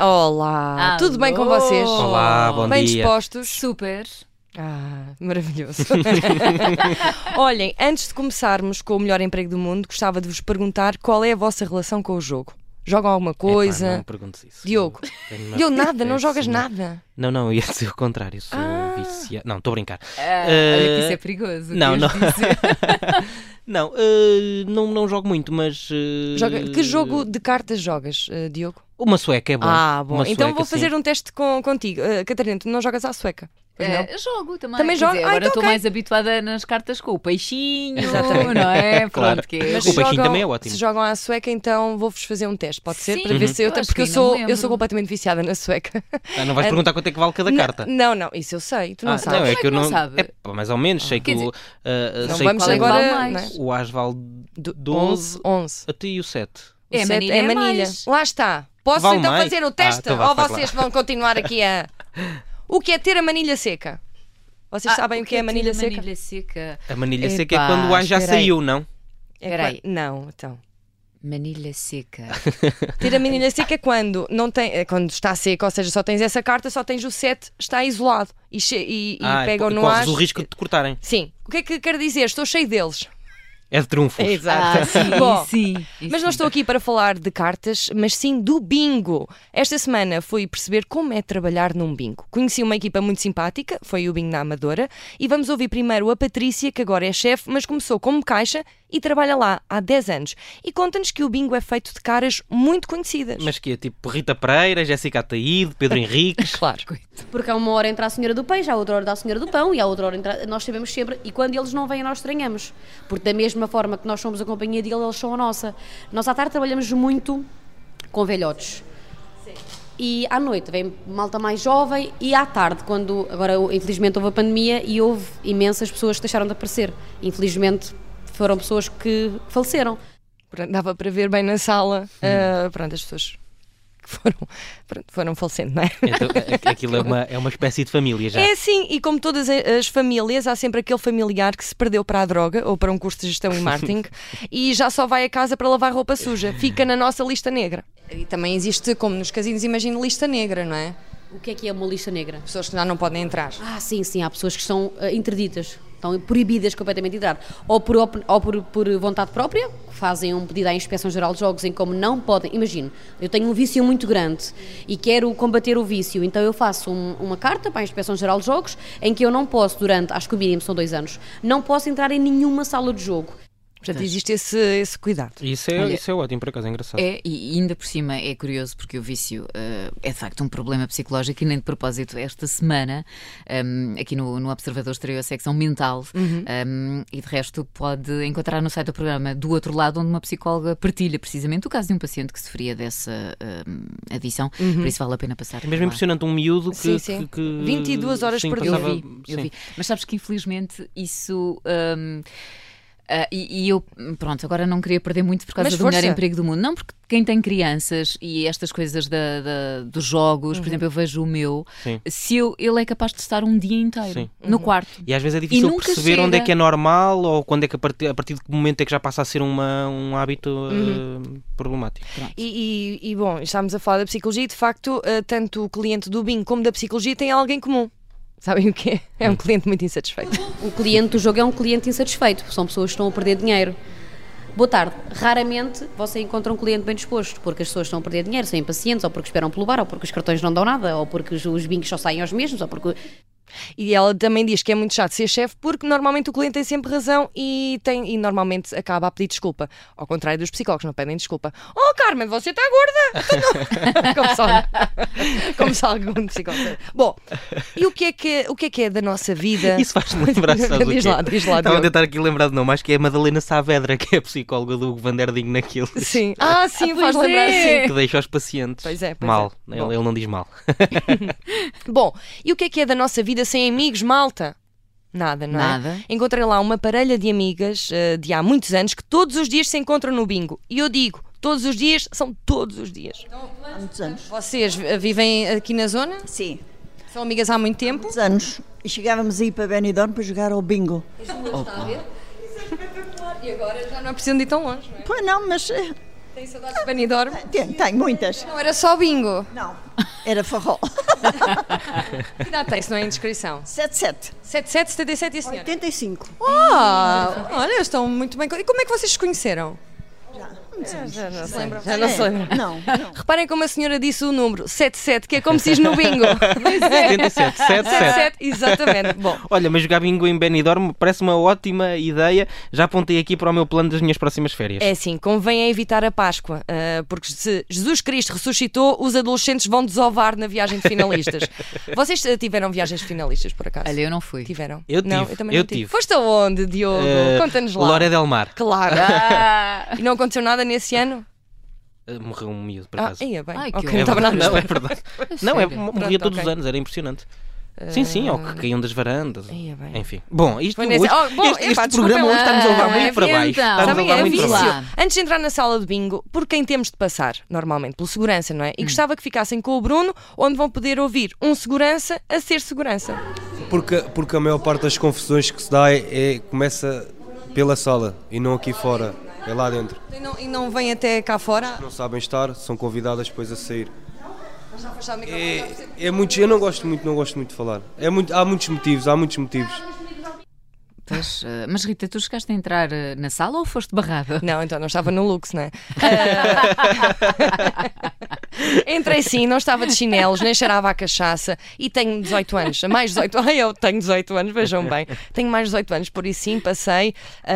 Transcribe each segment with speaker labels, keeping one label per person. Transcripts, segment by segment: Speaker 1: Olá,
Speaker 2: Alô.
Speaker 1: tudo bem com vocês?
Speaker 3: Olá, bom
Speaker 1: bem
Speaker 3: dia.
Speaker 1: dispostos?
Speaker 2: Super.
Speaker 1: Ah, maravilhoso. Olhem, antes de começarmos com o melhor emprego do mundo, gostava de vos perguntar qual é a vossa relação com o jogo. Jogam alguma coisa?
Speaker 3: Epá, não perguntes isso.
Speaker 1: Diogo.
Speaker 3: Tenho uma
Speaker 1: Deu nada, não
Speaker 3: péssima-
Speaker 1: jogas nada.
Speaker 3: Não, não, ia dizer o contrário. Sou
Speaker 1: Ah.
Speaker 3: viciado. Não, estou a brincar.
Speaker 2: Olha que
Speaker 3: Eh,
Speaker 2: isso é perigoso.
Speaker 3: não,
Speaker 2: devias
Speaker 3: não.
Speaker 2: dizer.
Speaker 3: Não, eh, não, não jogo muito, mas. eh,
Speaker 1: Joga- Que jogo de cartas jogas, eh, Diogo?
Speaker 3: Uma sueca é bom.
Speaker 1: ah, bom.
Speaker 3: Uma
Speaker 1: Então
Speaker 3: sueca,
Speaker 1: vou fazer
Speaker 3: sim.
Speaker 1: um teste com, contigo. Eh, Catarina, tu não jogas à sueca? Pois não?
Speaker 2: Eh, jogo também.
Speaker 1: Também
Speaker 2: Quer
Speaker 1: joga?
Speaker 2: dizer,
Speaker 1: Ah,
Speaker 2: Agora
Speaker 1: então
Speaker 2: estou
Speaker 1: ok.
Speaker 2: mais habituada nas cartas com o peixinho,
Speaker 1: Exatamente.
Speaker 2: não é?
Speaker 3: Claro.
Speaker 2: Pronto, que é.
Speaker 3: Mas O peixinho também é ótimo.
Speaker 1: Se jogam à sueca, então vou-vos fazer um teste, pode ser?
Speaker 2: Sim,
Speaker 1: para ver se eu.
Speaker 2: eu acho
Speaker 1: Porque eu
Speaker 2: que ainda me
Speaker 1: sou, eu
Speaker 2: lembro.
Speaker 1: sou completamente viciada na sueca.
Speaker 3: Ah, não vais
Speaker 1: Eh,
Speaker 3: perguntar quanto é que vale cada
Speaker 1: N-
Speaker 3: carta.
Speaker 1: Não, não, isso eu sei, tu não
Speaker 3: Ah,
Speaker 1: sabes.
Speaker 3: é
Speaker 2: Como é
Speaker 3: que
Speaker 2: que
Speaker 3: eu
Speaker 2: não
Speaker 3: não.
Speaker 2: sabe?
Speaker 3: Epá, mais ou menos, sei
Speaker 2: Quer
Speaker 3: que o.
Speaker 2: dizer,
Speaker 3: eh, eh,
Speaker 1: Não
Speaker 3: sei
Speaker 1: vamos
Speaker 3: que o-
Speaker 2: agora-
Speaker 1: agora.
Speaker 2: mais?
Speaker 1: não é?
Speaker 3: O as vale
Speaker 1: Do-
Speaker 3: 12.
Speaker 1: 11, 11.
Speaker 3: até e o 7.
Speaker 2: É,
Speaker 1: O
Speaker 2: Manilha
Speaker 1: sete-
Speaker 2: é
Speaker 1: Manilha.
Speaker 2: mais.
Speaker 1: Lá está. Posso
Speaker 3: Vale
Speaker 1: então
Speaker 3: mais?
Speaker 1: fazer o
Speaker 3: Ah,
Speaker 1: teste?
Speaker 3: então vá,
Speaker 1: ou
Speaker 3: faz
Speaker 1: vocês vão continuar aqui a. O que é ter a manilha seca? Vocês
Speaker 2: Ah,
Speaker 1: sabem o que é a manilha
Speaker 2: ter
Speaker 1: seca?
Speaker 2: Manilha seca.
Speaker 3: A manilha
Speaker 1: Epá,
Speaker 3: seca é quando o as já
Speaker 1: espera aí.
Speaker 3: saiu, não?
Speaker 1: É
Speaker 2: Espera aí.
Speaker 1: quando- Não, então.
Speaker 2: Manilha seca.
Speaker 1: Ter a manilha seca é quando, não tem, é quando está seca, ou seja, só tens essa carta, só tens o 7, está isolado e, che- e, e
Speaker 3: Ah,
Speaker 1: pegam
Speaker 3: e
Speaker 1: no
Speaker 3: corres
Speaker 1: ar.
Speaker 3: o risco de te cortarem.
Speaker 1: Sim. O que é que quer dizer? Estou cheio deles.
Speaker 3: É de trunfos.
Speaker 1: Exato.
Speaker 2: Ah, sim,
Speaker 1: Bom,
Speaker 2: sim.
Speaker 1: Mas não estou aqui para falar de cartas, mas sim do bingo. Esta semana fui perceber como é trabalhar num bingo. Conheci uma equipa muito simpática, foi o Bingo na Amadora, e vamos ouvir primeiro a Patrícia, que agora é chefe, mas começou como caixa e trabalha lá há 10 anos. E conta-nos que o bingo é feito de caras muito conhecidas.
Speaker 3: Mas que é tipo Rita Pereira, Jéssica Ataíde, Pedro Henriques.
Speaker 1: claro.
Speaker 4: Porque há uma hora entra a senhora do peixe, há outra hora da senhora do pão e há outra hora entra... Nós sabemos sempre, e quando eles não vêm nós estranhamos. Porque da mesma forma que nós somos a companhia dele, eles são a nossa. Nós à tarde trabalhamos muito com velhotes. E à noite vem malta mais jovem e à tarde, quando agora infelizmente houve a pandemia e houve imensas pessoas que deixaram de aparecer. Infelizmente foram pessoas que faleceram.
Speaker 1: Portanto, dava para ver bem na sala. ah, pronto, as pessoas que foram, pronto, foram falecendo, não é?
Speaker 3: Então, a- aquilo é uma, é uma espécie de família já.
Speaker 1: É assim, e como todas a- as famílias, há sempre aquele familiar que se perdeu para a droga ou para um curso de gestão e marketing e já só vai a casa para lavar roupa suja. Fica na nossa lista negra.
Speaker 5: E também existe, como nos casinos, imagina lista negra, não é?
Speaker 4: O que é que é uma lista negra?
Speaker 5: Pessoas que já não podem entrar.
Speaker 4: Ah, sim, sim, há pessoas que estão eh, interditas, estão proibidas completamente de entrar. Ou, por, op- ou por, por vontade própria, que fazem um pedido à Inspeção Geral de Jogos em como não podem. Imagino, eu tenho um vício muito grande e quero combater o vício, então eu faço um- uma carta para a Inspeção Geral de Jogos em que eu não posso, durante, acho que o mínimo são dois anos, não posso entrar em nenhuma sala de jogo.
Speaker 1: Portanto, existe esse, esse cuidado.
Speaker 3: Isso é,
Speaker 2: Olha-
Speaker 3: isso é ótimo, por acaso, é engraçado.
Speaker 2: É, e ainda por cima é curioso porque o vício eh, é de facto um problema psicológico e nem de propósito esta semana ehm, aqui no, no Observador estreou a secção mental
Speaker 3: Uhum.
Speaker 2: ehm, e de resto pode encontrar no site do programa do outro lado onde uma psicóloga partilha precisamente o caso de um paciente que sofria dessa ehm, adição, por isso vale a pena passar.
Speaker 3: Uhum. É mesmo
Speaker 2: por lá.
Speaker 3: impressionante um miúdo que.
Speaker 1: Sim, sim.
Speaker 3: que- que-
Speaker 1: 22 horas
Speaker 3: sim,
Speaker 1: por dia.
Speaker 3: passava-
Speaker 2: Eu vi, eu
Speaker 3: sim.
Speaker 2: vi. Mas sabes que infelizmente isso. hum, ah, e, e eu, pronto, agora não queria perder muito por causa
Speaker 1: Mas
Speaker 2: do
Speaker 1: força.
Speaker 2: melhor emprego do mundo. Não, porque quem tem crianças e estas coisas da- da- dos jogos, por exemplo, eu vejo o meu,
Speaker 3: Uhum. Sim.
Speaker 2: se eu, ele é capaz de estar um dia inteiro
Speaker 3: Sim.
Speaker 2: no quarto.
Speaker 3: E às vezes é difícil
Speaker 2: nunca
Speaker 3: perceber
Speaker 2: chega.
Speaker 3: onde é que é normal ou quando é que a partir, a partir de que momento é que já passa a ser uma, um hábito
Speaker 1: Uhum.
Speaker 3: eh, problemático.
Speaker 1: E, e- e, bom, estamos a falar da psicologia e de facto, eh, tanto o cliente do BIM como da psicologia têm algo em comum. Sabem o que é? É um cliente muito insatisfeito.
Speaker 4: O cliente do jogo é um cliente insatisfeito, são pessoas que estão a perder dinheiro. Boa tarde. Raramente você encontra um cliente bem disposto, porque as pessoas estão a perder dinheiro, são impacientes, ou porque esperam pelo bar, ou porque os cartões não dão nada, ou porque os- os bingos só saem aos mesmos, ou porque.
Speaker 1: E ela também diz que é muito chato ser chefe porque normalmente o cliente tem sempre razão e, tem, e normalmente acaba a pedir desculpa. Ao contrário dos psicólogos, não pedem desculpa. Oh, Carmen, você está gorda! Então não. Como, se, como se algum psicólogo. Bom, e o que é que, é- o que, é, que é da nossa vida?
Speaker 3: Isso faz-me lembrar, sabes o
Speaker 1: Diz
Speaker 3: quê?
Speaker 1: lá, diz lá,
Speaker 3: Estava a
Speaker 1: Diogo.
Speaker 3: tentar aqui lembrar de não, mais que é a Madalena Saavedra, que é a psicóloga do Hugo Van Der Ding naquilo.
Speaker 1: Sim. Ah, sim,
Speaker 2: Ah,
Speaker 1: faz
Speaker 2: pois
Speaker 1: lembrar
Speaker 2: é.
Speaker 1: sim.
Speaker 3: Que deixa aos pacientes
Speaker 1: Pois é, pois
Speaker 3: mal.
Speaker 1: é. Bom.
Speaker 3: Ele, ele não diz mal.
Speaker 1: Bom, e o que é que é da nossa vida sem amigos, malta? Nada, não é?
Speaker 2: Nada.
Speaker 1: Encontrei lá uma parelha de amigas eh, de há muitos anos que todos os dias se encontram no bingo. E eu digo, todos os dias são todos os dias.
Speaker 6: Há muitos anos.
Speaker 5: Vocês eh, vivem aqui na zona?
Speaker 6: Sim.
Speaker 5: São amigas há muito tempo?
Speaker 6: Muitos anos. E chegávamos aí para Benidorm para jogar ao bingo.
Speaker 5: E agora já não precisam de ir tão longe, não é?
Speaker 6: Pois não, mas eh,
Speaker 5: Tem saudades de Benidorm?
Speaker 6: Tem, tem muitas.
Speaker 5: Não era só bingo.
Speaker 6: Não, era forró.
Speaker 5: Que idade tens, não é inscrição?
Speaker 6: 77.
Speaker 5: 77, 77 e a senhora?
Speaker 6: 85.
Speaker 7: Oh,
Speaker 1: um.
Speaker 5: Ah, olha, estão muito bem. co- E como é que vocês se conheceram? Ah,
Speaker 1: Já não se lembra. Já não
Speaker 7: é.
Speaker 1: se lembra.
Speaker 6: Não, não.
Speaker 1: Reparem como a senhora disse o número 77, que é como se diz no bingo. é.
Speaker 3: 77, 77.
Speaker 1: 77, exatamente. Bom,
Speaker 3: Olha, mas jogar bingo em Benidorm parece uma ótima ideia. Já apontei aqui para o meu plano das minhas próximas férias.
Speaker 1: é assim, convém é evitar a Páscoa, ah, porque se Jesus Cristo ressuscitou, os adolescentes vão desovar na viagem de finalistas. Vocês ah, tiveram viagens de finalistas, por acaso?
Speaker 2: Olha, eu não fui.
Speaker 1: Tiveram?
Speaker 3: Eu
Speaker 1: não,
Speaker 3: tive,
Speaker 1: eu também
Speaker 3: eu
Speaker 1: não tive.
Speaker 3: tive.
Speaker 1: Foste aonde, Diogo?
Speaker 3: Eh,
Speaker 1: Conta-nos lá.
Speaker 3: Loré del Mar.
Speaker 1: Claro.
Speaker 2: Ah,
Speaker 1: E não aconteceu nada nesse ano?
Speaker 3: Eh, Morreu um miúdo, por
Speaker 1: Ah,
Speaker 3: acaso.
Speaker 1: ia bem.
Speaker 2: Ai, que
Speaker 1: ok,
Speaker 2: horror.
Speaker 1: não estava nada.
Speaker 3: Não, é verdade. Não, é,
Speaker 2: sério?
Speaker 3: morria
Speaker 1: Pronto,
Speaker 3: todos os
Speaker 1: ok. Ah.
Speaker 3: anos, era impressionante. Sim, sim, ou que caíam das varandas.
Speaker 1: Ia bem.
Speaker 3: Enfim. Bom, isto
Speaker 1: Foi
Speaker 3: hoje,
Speaker 1: nesse- Oh, bom, epá,
Speaker 3: este, este
Speaker 1: desculpem
Speaker 3: programa hoje
Speaker 1: lá.
Speaker 3: está-nos a levar muito para
Speaker 2: Então,
Speaker 3: baixo. Está-nos
Speaker 1: Sabem,
Speaker 3: a
Speaker 1: é
Speaker 3: levar muito
Speaker 1: vício.
Speaker 3: para baixo.
Speaker 2: baixo.
Speaker 1: Antes de entrar na sala de bingo, por quem temos de passar, normalmente, pelo segurança, não é?
Speaker 2: Hum.
Speaker 1: E gostava que ficassem com o Bruno, onde vão poder ouvir um segurança a ser segurança.
Speaker 8: Porque, porque a maior parte das confusões que se dá é, é- começa pela sala e não aqui fora, é lá dentro.
Speaker 5: E não, e não vêm até cá fora?
Speaker 8: Não sabem estar, são convidadas depois a sair.
Speaker 5: Já fecharam o microfone?
Speaker 8: É, é muito, eu não gosto muito, não gosto muito de falar. É muito, há muitos motivos, há muitos motivos.
Speaker 2: pois, eh, mas Rita, tu chegaste a entrar eh, na sala ou foste barrada?
Speaker 1: Não, então não estava no Lux, não é? Ah. Entrei sim, não estava de chinelos, nem cheirava a cachaça e tenho 18 anos, mais 18 anos, eu tenho 18 anos, vejam bem, tenho mais 18 anos, por isso sim, passei ah,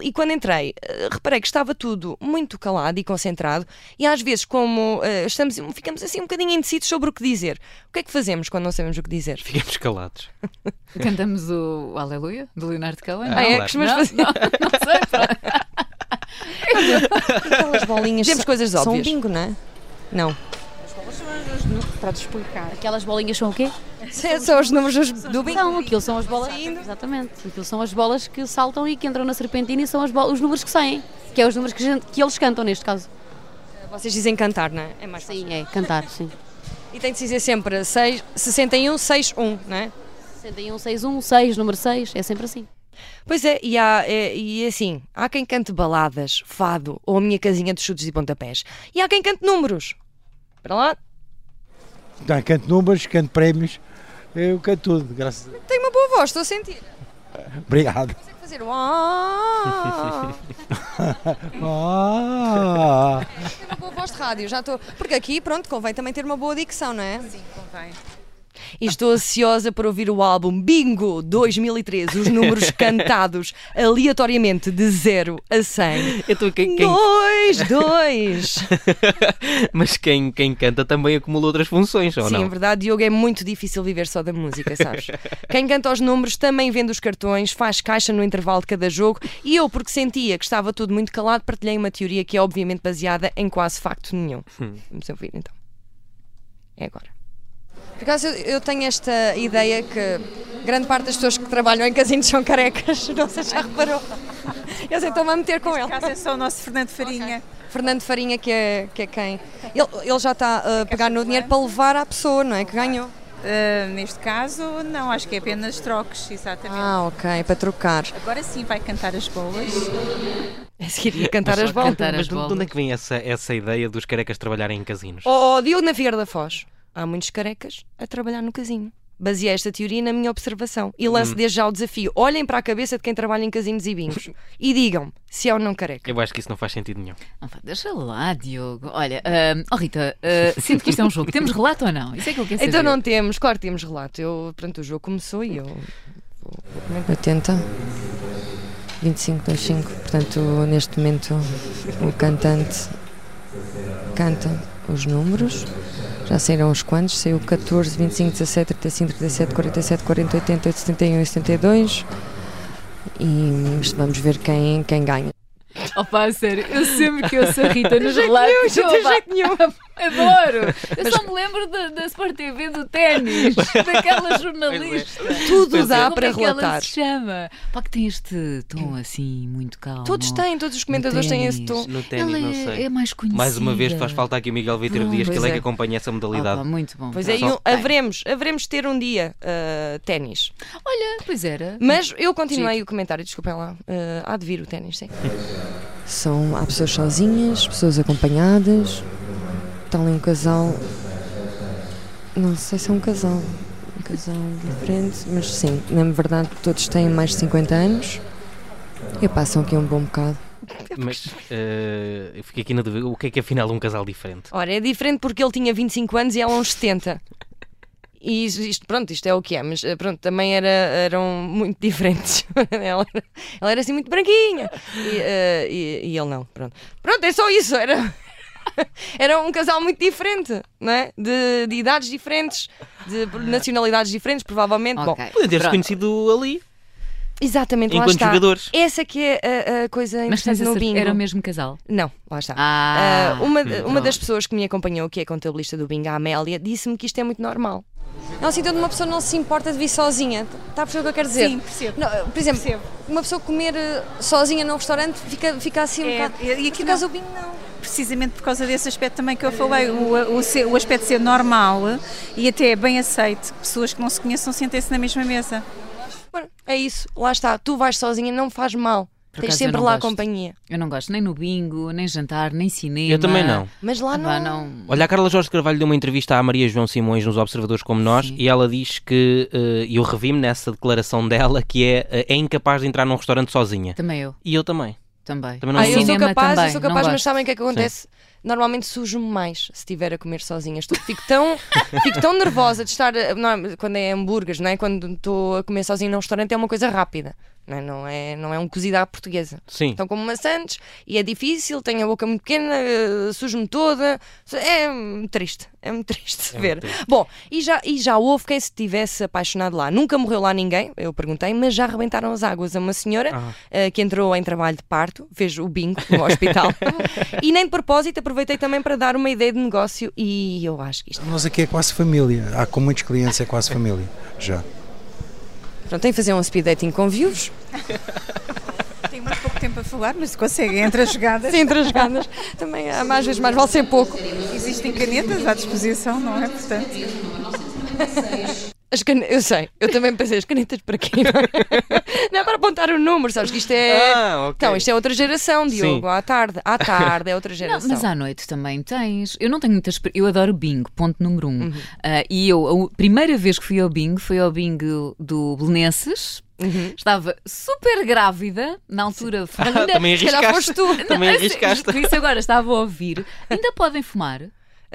Speaker 1: e quando entrei, ah, reparei que estava tudo muito calado e concentrado e às vezes como ah, estamos, ficamos assim um bocadinho indecisos sobre o que dizer, o que é que fazemos quando não sabemos o que dizer?
Speaker 3: Ficamos calados.
Speaker 2: Cantamos o, o Aleluia, de Leonardo Cohen?
Speaker 1: Ah, é,
Speaker 3: claro.
Speaker 1: costumas
Speaker 2: não,
Speaker 1: fazer-
Speaker 2: não, não sei, pronto.
Speaker 5: Aquelas bolinhas
Speaker 1: Temos
Speaker 5: são-
Speaker 1: coisas
Speaker 5: São
Speaker 1: óbvias.
Speaker 5: bingo, não é? Não.
Speaker 4: Aquelas bolinhas são o quê?
Speaker 5: São os números dos- do bingo.
Speaker 4: Não, aquilo são as bolas. Exatamente. Aquilo são as bolas que saltam e que entram na serpentina e são as bolas, os números que saem. Que é os números que, a gente- que eles cantam neste caso.
Speaker 5: Vocês dizem cantar, não é? É mais fácil.
Speaker 4: Sim, é, cantar, sim.
Speaker 5: E tem de se dizer sempre seis- 61, 61, não é?
Speaker 4: 61, 61, 6, um, número 6, é sempre assim.
Speaker 1: Pois é, e, há, é, e assim, há quem cante baladas, fado ou a minha casinha de chutes e pontapés. E há quem cante números. Para lá,
Speaker 9: Não, canto números, canto prémios, eu canto tudo, graças a Deus.
Speaker 5: Tem uma boa voz, estou a sentir.
Speaker 9: Obrigado.
Speaker 5: Tem que fazer um. ah.
Speaker 9: Ah,
Speaker 5: Tem uma boa voz de rádio, já estou. Porque aqui, pronto, convém também ter uma boa dicção, não é? Sim.
Speaker 1: e estou ansiosa para ouvir o álbum Bingo 2013, os números cantados aleatoriamente de 0 a 100.
Speaker 3: Então, quem, quem,
Speaker 1: 2, 2.
Speaker 3: mas quem, quem canta também acumula outras funções, ou
Speaker 1: Sim, é
Speaker 3: não?
Speaker 1: verdade, Diogo, é muito difícil viver só da música, sabes? Quem canta os números também vende os cartões, faz caixa no intervalo de cada jogo e eu, porque sentia que estava tudo muito calado, partilhei uma teoria que é obviamente baseada em quase facto nenhum.
Speaker 3: Hum.
Speaker 1: Vamos ouvir então. É agora.
Speaker 5: Por acaso eu, eu tenho esta ideia que grande parte das pessoas que trabalham em casinos são carecas, não sei se já reparou. Eu sei, estou-me a meter com ele.
Speaker 7: caso é só o nosso Fernando Farinha.
Speaker 5: Fernando Farinha, que é, que é quem? Ele, ele já está a pegar no dinheiro para levar à pessoa, não é? Que ganhou.
Speaker 7: Ah, neste caso, não, acho que é apenas troques, exatamente.
Speaker 5: Ah, ok, para trocar.
Speaker 7: Agora sim vai cantar as bolas.
Speaker 1: A É seguir ia cantar
Speaker 2: Mas
Speaker 1: as
Speaker 2: só
Speaker 1: bolas.
Speaker 2: cantar
Speaker 3: Mas
Speaker 2: as
Speaker 3: de de
Speaker 2: bolas.
Speaker 3: onde é que vem essa, essa ideia dos carecas trabalharem em casinos?
Speaker 1: Oh, oh, Diogo na Figueira da Foz. Há muitos carecas a trabalhar no casino. Baseei esta teoria na minha observação e lanço desde já o desafio. Olhem para a cabeça de quem trabalha em casinos e bingos e digam-me se é ou não careca.
Speaker 3: Eu acho que isso não faz sentido nenhum.
Speaker 2: Ah, pá, Deixa lá, Diogo. Olha, ah, oh Rita, ah, sinto que isto é um jogo. Temos relato ou não? Isso é que eu quero saber.
Speaker 1: Então não temos, claro que temos relato. Eu, pronto, o jogo começou e eu.
Speaker 5: 80, 25, 25. Portanto, neste momento, o cantante canta os números. Já saíram os quantos? Saiu 14, 25, 17, 35, 37, 47, 40, 80, 71 e 72. E isto vamos ver quem, quem ganha.
Speaker 2: Opa, a sério, eu sempre que ouço a Rita nos relatos.
Speaker 1: nenhum, não tem
Speaker 2: opa,
Speaker 1: jeito nenhum.
Speaker 2: Adoro! Eu só me lembro da, da Sport TV do ténis, daquela jornalista.
Speaker 1: é. Tudo dá
Speaker 2: Como
Speaker 1: para
Speaker 2: é que ela
Speaker 1: relatar.
Speaker 2: se chama? Pá, que tem este tom assim, muito calmo.
Speaker 1: Todos têm, todos os comentadores têm esse tom.
Speaker 3: No ténis,
Speaker 2: ela
Speaker 3: não
Speaker 2: é-
Speaker 3: sei.
Speaker 2: é mais conhecida.
Speaker 3: Mais uma vez faz falta aqui o Miguel Viteiro Dias, que
Speaker 1: pois
Speaker 3: ele é
Speaker 1: é.
Speaker 3: que acompanha essa modalidade.
Speaker 2: Opa, muito bom.
Speaker 1: Pois é, e
Speaker 3: Só
Speaker 1: um- haveremos, haveremos de ter um dia ah, ténis.
Speaker 2: Olha, pois era.
Speaker 1: eh, Mas eu continuei o comentário, desculpem lá. ah, há de vir o ténis, sim.
Speaker 5: São, há pessoas sozinhas, pessoas acompanhadas. Está ali um casal. Não sei se é um casal. Um casal diferente, mas sim, na verdade todos têm mais de 50 anos e passam aqui um bom bocado.
Speaker 3: Mas eh, eu fiquei aqui na dúvida, o que é que é afinal um casal diferente?
Speaker 1: Ora, é diferente porque ele tinha 25 anos e ela é uns 70. E isto, isto- pronto, isto é o que é, mas eh, pronto, também era, eram muito diferentes. ela, era, ela era assim muito branquinha e, eh, e- e ele não, pronto. Pronto, é só isso, era, era um casal muito diferente, não é? De, de idades diferentes, de nacionalidades diferentes, provavelmente. Bom,
Speaker 2: Ok,
Speaker 3: Podiam ter-se
Speaker 2: pronto.
Speaker 3: conhecido ali,
Speaker 1: exatamente, Então lá
Speaker 3: enquanto
Speaker 1: está.
Speaker 3: jogadores.
Speaker 1: Essa que é a, a coisa
Speaker 2: Mas tens
Speaker 1: interessante
Speaker 2: a
Speaker 1: no
Speaker 2: cer-
Speaker 1: bingo.
Speaker 2: era o mesmo casal.
Speaker 1: Não, lá está.
Speaker 2: Ah,
Speaker 1: Ah, uma, uma
Speaker 2: pronto.
Speaker 1: das pessoas que me acompanhou, que é contabilista do Bingo, a Amélia, disse-me que isto é muito normal. assim, "Então,
Speaker 5: É um sítio onde uma pessoa não se importa de vir sozinha. Está a perceber o que eu quero dizer?
Speaker 7: Sim, percebo.
Speaker 5: Não, por exemplo,
Speaker 7: Percebo.
Speaker 5: uma pessoa comer eh, sozinha num restaurante fica, fica assim um
Speaker 7: É,
Speaker 5: bocado.
Speaker 7: e- e aqui
Speaker 5: por acaso
Speaker 7: não.
Speaker 5: o bingo não.
Speaker 7: Precisamente por causa desse aspecto também que eu falei, o, o, ser- o aspecto de ser normal e até bem aceito, pessoas que não se conheçam sentem-se na mesma mesa.
Speaker 1: Bueno, é isso, lá está. Tu vais sozinha, não faz mal.
Speaker 2: Por
Speaker 1: Tens
Speaker 2: acaso eu
Speaker 1: sempre
Speaker 2: não
Speaker 1: lá
Speaker 2: gosto.
Speaker 1: a companhia.
Speaker 2: Eu não gosto nem no bingo, nem jantar, nem cinema.
Speaker 3: Eu
Speaker 1: é.
Speaker 3: também não.
Speaker 1: Mas lá Ah, não.
Speaker 2: Epá, não.
Speaker 3: Olha, a Carla Jorge Carvalho deu uma entrevista à Maria João Simões nos Observadores como nós e ela diz que, eh, e eu revi-me nessa declaração dela, que é, eh, é incapaz de entrar num restaurante sozinha.
Speaker 2: Também eu,
Speaker 3: E eu também.
Speaker 2: também.
Speaker 3: Também não
Speaker 1: Ah,
Speaker 3: gosto.
Speaker 1: eu sou
Speaker 2: Cinema
Speaker 1: capaz,
Speaker 2: também,
Speaker 1: eu sou
Speaker 2: não
Speaker 1: capaz, mas
Speaker 2: gosto.
Speaker 1: sabem o que é que acontece? Normalmente sujo-me mais se estiver a comer sozinha. Estou, fico, tão, fico tão nervosa de estar. a- não, quando é hambúrgueres, não é? Quando estou a comer sozinha num restaurante é uma coisa rápida, não é? Não é, não é um cozido à portuguesa.
Speaker 3: Sim.
Speaker 1: Então como maçantes e é difícil, tenho a boca muito pequena, eh, sujo-me toda. É hum, triste, é muito triste ver. Bom, e já, e já houve quem se tivesse apaixonado lá. Nunca morreu lá ninguém, eu perguntei, mas já arrebentaram as águas a uma senhora eh, que entrou em trabalho de parto, fez o bingo no hospital. e nem de propósito, aproveitei também para dar uma ideia de negócio e eu acho que isto.
Speaker 10: Nós aqui é quase família. Há com muitos clientes, é quase família. Já.
Speaker 5: Pronto, tem que fazer um speed dating com viúvos.
Speaker 7: Tem mais pouco tempo a falar, mas conseguem entre as jogadas.
Speaker 5: Sim, entre as ganas. Também há mais vezes mais vale ser pouco.
Speaker 7: Existem canetas à disposição, não é? Portanto,
Speaker 1: As cane- Eu sei, eu também pensei as canetas para quê? Não é para apontar o número, sabes que isto é.
Speaker 3: Ah, ok.
Speaker 1: Então, isto é outra geração, Diogo. À tarde, à tarde é outra
Speaker 2: Não,
Speaker 1: geração.
Speaker 2: mas à noite também tens. Eu não tenho muitas. experi- Eu adoro bingo, ponto número um.
Speaker 1: Uhum.
Speaker 2: Ah, e eu, a u- primeira vez que fui ao bingo foi ao bingo do Belenenses.
Speaker 1: Uhum.
Speaker 2: Estava super grávida, na altura Fernanda,
Speaker 3: também
Speaker 2: se calhar
Speaker 3: arriscaste.
Speaker 2: foste tu.
Speaker 3: Também
Speaker 2: Não, assim,
Speaker 3: arriscaste.
Speaker 2: Por isso agora estava a ouvir. Ainda podem fumar?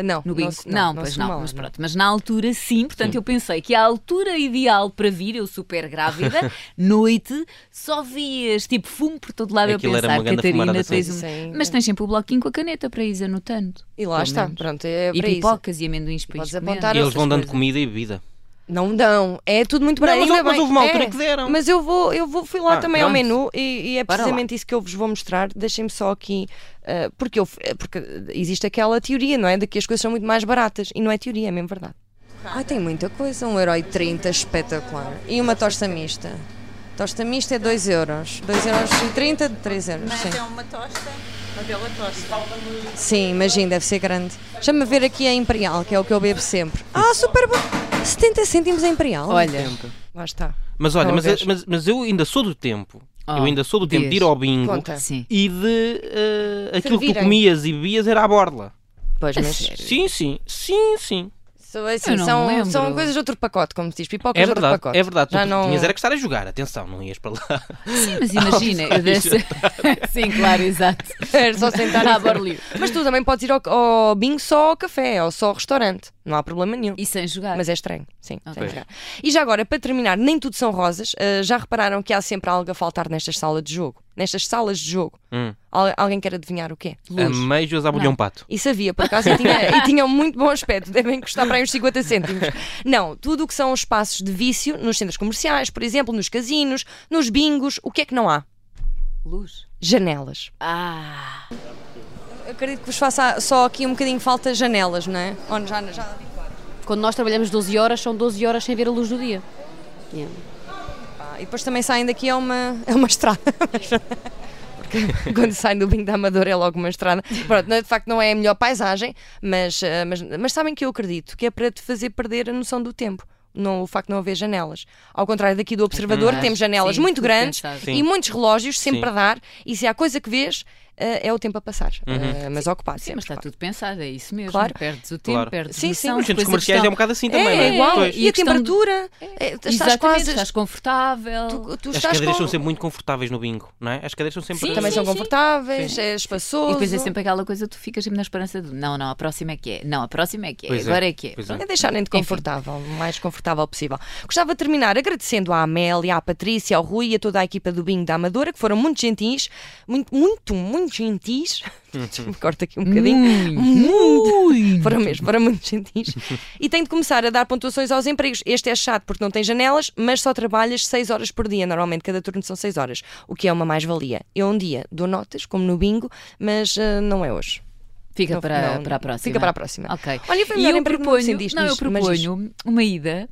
Speaker 1: Não,
Speaker 2: No bingo?
Speaker 1: se-
Speaker 2: Não,
Speaker 1: se
Speaker 2: pois não,
Speaker 1: fumava,
Speaker 2: mas pronto.
Speaker 3: é?
Speaker 2: Mas na altura sim, portanto eu pensei que a altura ideal para vir, eu super grávida, noite, só vias tipo fumo por todo lado.
Speaker 3: Aquilo
Speaker 2: eu
Speaker 3: era uma
Speaker 2: pensar,
Speaker 3: grande
Speaker 2: Catarina,
Speaker 3: fumarada
Speaker 2: tens
Speaker 1: toda.
Speaker 2: um...
Speaker 1: Sim.
Speaker 2: Mas tens sempre o bloquinho com a caneta para ir anotando.
Speaker 1: E lá
Speaker 2: Pelo
Speaker 1: está,
Speaker 2: menos.
Speaker 1: pronto, é
Speaker 2: e
Speaker 1: para isso.
Speaker 2: pipocas e amendoins para
Speaker 1: Podes
Speaker 2: ir comendo.
Speaker 1: apontar
Speaker 3: E eles
Speaker 1: outras
Speaker 3: vão dando
Speaker 1: coisas.
Speaker 3: comida e bebida.
Speaker 1: Não dão, é tudo muito para
Speaker 3: Não, mas
Speaker 1: ainda
Speaker 3: hou- mas
Speaker 1: bem.
Speaker 3: houve uma altura
Speaker 1: é.
Speaker 3: que deram.
Speaker 1: Mas eu vou, eu vou, fui lá
Speaker 3: Ah,
Speaker 1: também ao
Speaker 3: pronto.
Speaker 1: menu e, e é
Speaker 2: Para lá.
Speaker 1: precisamente isso que eu vos vou mostrar. Deixem-me só aqui, ah, porque, eu, f- eh, porque existe aquela teoria, não é? De que as coisas são muito mais baratas. E não é teoria, é mesmo verdade.
Speaker 5: Ah, tem muita coisa. Um euro e trinta, espetacular. E uma tosta mista. Tosta mista é 2 euros. 2 euros e 30, 3 euros. Sim.
Speaker 7: é uma tosta, uma bela tosta.
Speaker 5: Sim, imagino, deve ser grande. Deixa-me ver aqui a Imperial, que é o que eu bebo sempre. Ah, super bom! 70 cêntimos a Imperial.
Speaker 2: Olha,
Speaker 1: Lá está.
Speaker 3: Mas olha, mas,
Speaker 1: Talvez.
Speaker 3: mas, mas eu ainda sou do tempo.
Speaker 2: Ah,
Speaker 3: eu ainda sou do tempo de ir
Speaker 2: diz.
Speaker 3: ao bingo
Speaker 1: Conta.
Speaker 2: sim.
Speaker 3: e de eh, aquilo que tu
Speaker 1: Servirem.
Speaker 3: comias e bebias era à borla.
Speaker 1: Pois,
Speaker 2: A
Speaker 1: mas.
Speaker 2: sério?
Speaker 3: Sim, sim, sim, sim.
Speaker 1: Sou assim,
Speaker 2: Eu não me
Speaker 1: são,
Speaker 2: lembro.
Speaker 1: são coisas de outro pacote, como se diz, pipocas
Speaker 3: é
Speaker 1: de outro
Speaker 3: verdade,
Speaker 1: pacote.
Speaker 3: é verdade.
Speaker 1: Já
Speaker 3: tu
Speaker 1: não...
Speaker 3: tinhas era que estar a jogar, atenção, não ias para lá.
Speaker 2: Sim, mas imagina, eu desse... Sim, claro, exato.
Speaker 1: Era só sentar
Speaker 2: à
Speaker 1: e-
Speaker 2: borlio.
Speaker 1: Mas tu também podes ir ao, ao bingo só ao café ou só ao restaurante. Não há problema nenhum.
Speaker 2: E sem jogar.
Speaker 1: Mas é estranho, sim. sem
Speaker 2: Ok.
Speaker 1: jogar. E já agora, para terminar, nem tudo são rosas. Ah, já repararam que há sempre algo a faltar nestas salas de jogo? Nestas salas de jogo?
Speaker 3: Hum.
Speaker 1: Al- alguém quer adivinhar o quê?
Speaker 3: Ameijos à bolhão pato.
Speaker 1: E sabia, por acaso, e tinha, e tinha um muito bom aspecto, devem custar para aí uns 50 cêntimos. Não, tudo o que são espaços de vício nos centros comerciais, por exemplo, nos casinos, nos bingos, o que é que não há?
Speaker 2: Luz.
Speaker 1: Janelas.
Speaker 2: Ah,
Speaker 5: Eu acredito que vos faça só aqui um bocadinho falta janelas, não é? Ou já, já...
Speaker 4: Quando nós trabalhamos 12 horas, são 12 horas sem ver a luz do dia. Yeah.
Speaker 5: Ah, e depois também saem daqui é uma, é uma estrada.
Speaker 1: Quando saem do bingo da Amadora é logo uma estrada. Pronto, não- de facto não é a melhor paisagem, mas, ah, mas, mas sabem que eu acredito que é para te fazer perder a noção do tempo. Não, o facto de não haver janelas. Ao contrário daqui do observador,
Speaker 2: Hum,
Speaker 1: temos janelas
Speaker 2: sim,
Speaker 1: muito
Speaker 2: tudo
Speaker 1: grandes
Speaker 2: pensado.
Speaker 1: e muitos relógios sempre
Speaker 3: Sim.
Speaker 1: a dar. E se há coisa que vês, eh, é o tempo a passar,
Speaker 3: Uhum.
Speaker 1: eh, mas ocupado.
Speaker 2: Sim, mas está
Speaker 1: claro.
Speaker 2: tudo pensado, é isso mesmo.
Speaker 1: Claro.
Speaker 2: Perdes o tempo,
Speaker 3: Claro.
Speaker 2: perdes
Speaker 1: Sim, sim.
Speaker 2: noção,
Speaker 1: Os
Speaker 3: centros
Speaker 2: depois a
Speaker 3: comerciais é um bocado assim também,
Speaker 1: é,
Speaker 3: não é?
Speaker 1: igual.
Speaker 3: Pois.
Speaker 1: E,
Speaker 2: questão
Speaker 1: a
Speaker 2: de-
Speaker 1: temperatura? eh, estás
Speaker 2: Exatamente,
Speaker 1: quase.
Speaker 2: estás confortável.
Speaker 1: tu, tu
Speaker 3: As
Speaker 1: estás
Speaker 3: cadeiras
Speaker 1: com-
Speaker 3: são sempre muito confortáveis no bingo, não é? As cadeiras são sempre.
Speaker 1: Sim, também são confortáveis, é
Speaker 2: E
Speaker 1: espaçoso.
Speaker 2: depois é sempre aquela coisa, tu ficas sempre na esperança de não, não, a próxima é que é, não, a próxima é que é,
Speaker 3: Pois é,
Speaker 2: agora é, que é.
Speaker 3: pois é.
Speaker 2: Pronto.
Speaker 1: É deixarem-te
Speaker 2: Enfim.
Speaker 1: confortável, o mais confortável possível. Gostava de terminar agradecendo à Amélia, à Patrícia, ao Rui e a toda a equipa do Bingo da Amadora, que foram muito gentis, muito, muito, muito gentis. Me corta aqui um bocadinho. Muito. Foram mesmo, foram muito gentis. E tem de começar a dar pontuações aos empregos. Este é chato porque não tem janelas, mas só trabalhas 6 horas por dia. Normalmente cada turno são 6 horas, o que é uma mais-valia. Eu um dia dou notas, como no bingo, mas ah, não é hoje.
Speaker 2: Fica
Speaker 1: Não,
Speaker 2: para,
Speaker 1: não,
Speaker 2: para a próxima.
Speaker 1: fica para a próxima.
Speaker 2: Ok.
Speaker 1: Olha, foi o
Speaker 2: e
Speaker 1: melhor
Speaker 2: eu
Speaker 1: emprego que me
Speaker 2: proponho,
Speaker 1: sentiste
Speaker 2: não, eu
Speaker 1: nisto, mas isto-
Speaker 2: proponho uma ida,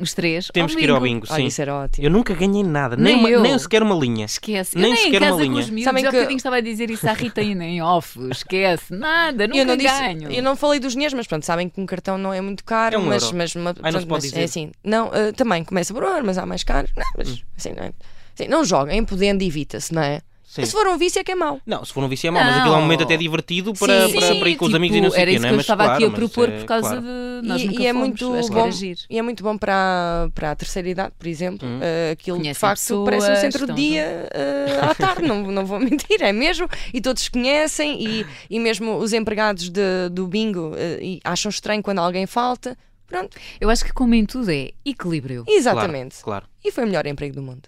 Speaker 2: os três. um
Speaker 3: Temos
Speaker 2: ao
Speaker 3: que ir ao
Speaker 2: bingo. é
Speaker 3: bingo,
Speaker 1: Olha,
Speaker 3: sim.
Speaker 1: isso era ótimo.
Speaker 3: Eu nunca ganhei nada, nem,
Speaker 2: assim. Nem
Speaker 3: uma-
Speaker 2: eu.
Speaker 3: nem sequer uma linha.
Speaker 2: Esquece.
Speaker 3: Nem
Speaker 2: eu nem em
Speaker 3: sequer uma
Speaker 2: casa com
Speaker 3: linha.
Speaker 2: os miúdos,
Speaker 1: Sabem
Speaker 2: há
Speaker 1: que-
Speaker 2: bocadinho estava a dizer isso à Rita e nem off, esquece, nada, nunca
Speaker 1: eu não disse-
Speaker 2: ganho.
Speaker 1: eu não falei dos dinheiros, mas pronto, sabem que um cartão não é muito caro,
Speaker 3: É um
Speaker 1: mas,
Speaker 3: euro.
Speaker 1: mas, uma-
Speaker 3: Ai, não se
Speaker 1: pronto, mas
Speaker 3: pode dizer.
Speaker 1: é assim. Não, eh, também começa por ouro, mas há mais caro. Não, mas
Speaker 3: Hum.
Speaker 1: assim, não é. Assim, não joguem, podendo evita-se, não é?
Speaker 3: Sim.
Speaker 1: Se for um vício é que é mau.
Speaker 3: Não, se for um vício é mau, mas aquilo é um
Speaker 2: Não. Tipo,
Speaker 3: momento até divertido para, para, para ir com os amigos e não sei o
Speaker 2: Era
Speaker 3: quê,
Speaker 2: isso
Speaker 3: não é?
Speaker 2: que eu
Speaker 3: Mas
Speaker 2: estava aqui
Speaker 3: claro,
Speaker 2: a
Speaker 3: mas
Speaker 2: propor
Speaker 3: é
Speaker 2: por causa
Speaker 3: claro.
Speaker 2: de. Nós
Speaker 1: E-
Speaker 2: nunca
Speaker 1: e é
Speaker 2: fomos,
Speaker 1: muito
Speaker 2: acho que
Speaker 1: bom.
Speaker 2: era giro. Hum.
Speaker 1: E é muito bom para, para a terceira idade, por exemplo. Eh, aquilo de
Speaker 2: Conhecem
Speaker 1: facto
Speaker 2: pessoas,
Speaker 1: parece um centro de
Speaker 2: estão
Speaker 1: dia eh, à tarde, não, não vou mentir, é mesmo. E todos conhecem, e, e mesmo os empregados de- do bingo eh, e acham estranho quando alguém falta. Pronto,
Speaker 2: Eu acho que, como em tudo, é equilíbrio.
Speaker 1: exatamente.
Speaker 3: Claro, claro.
Speaker 1: E foi o melhor emprego do mundo.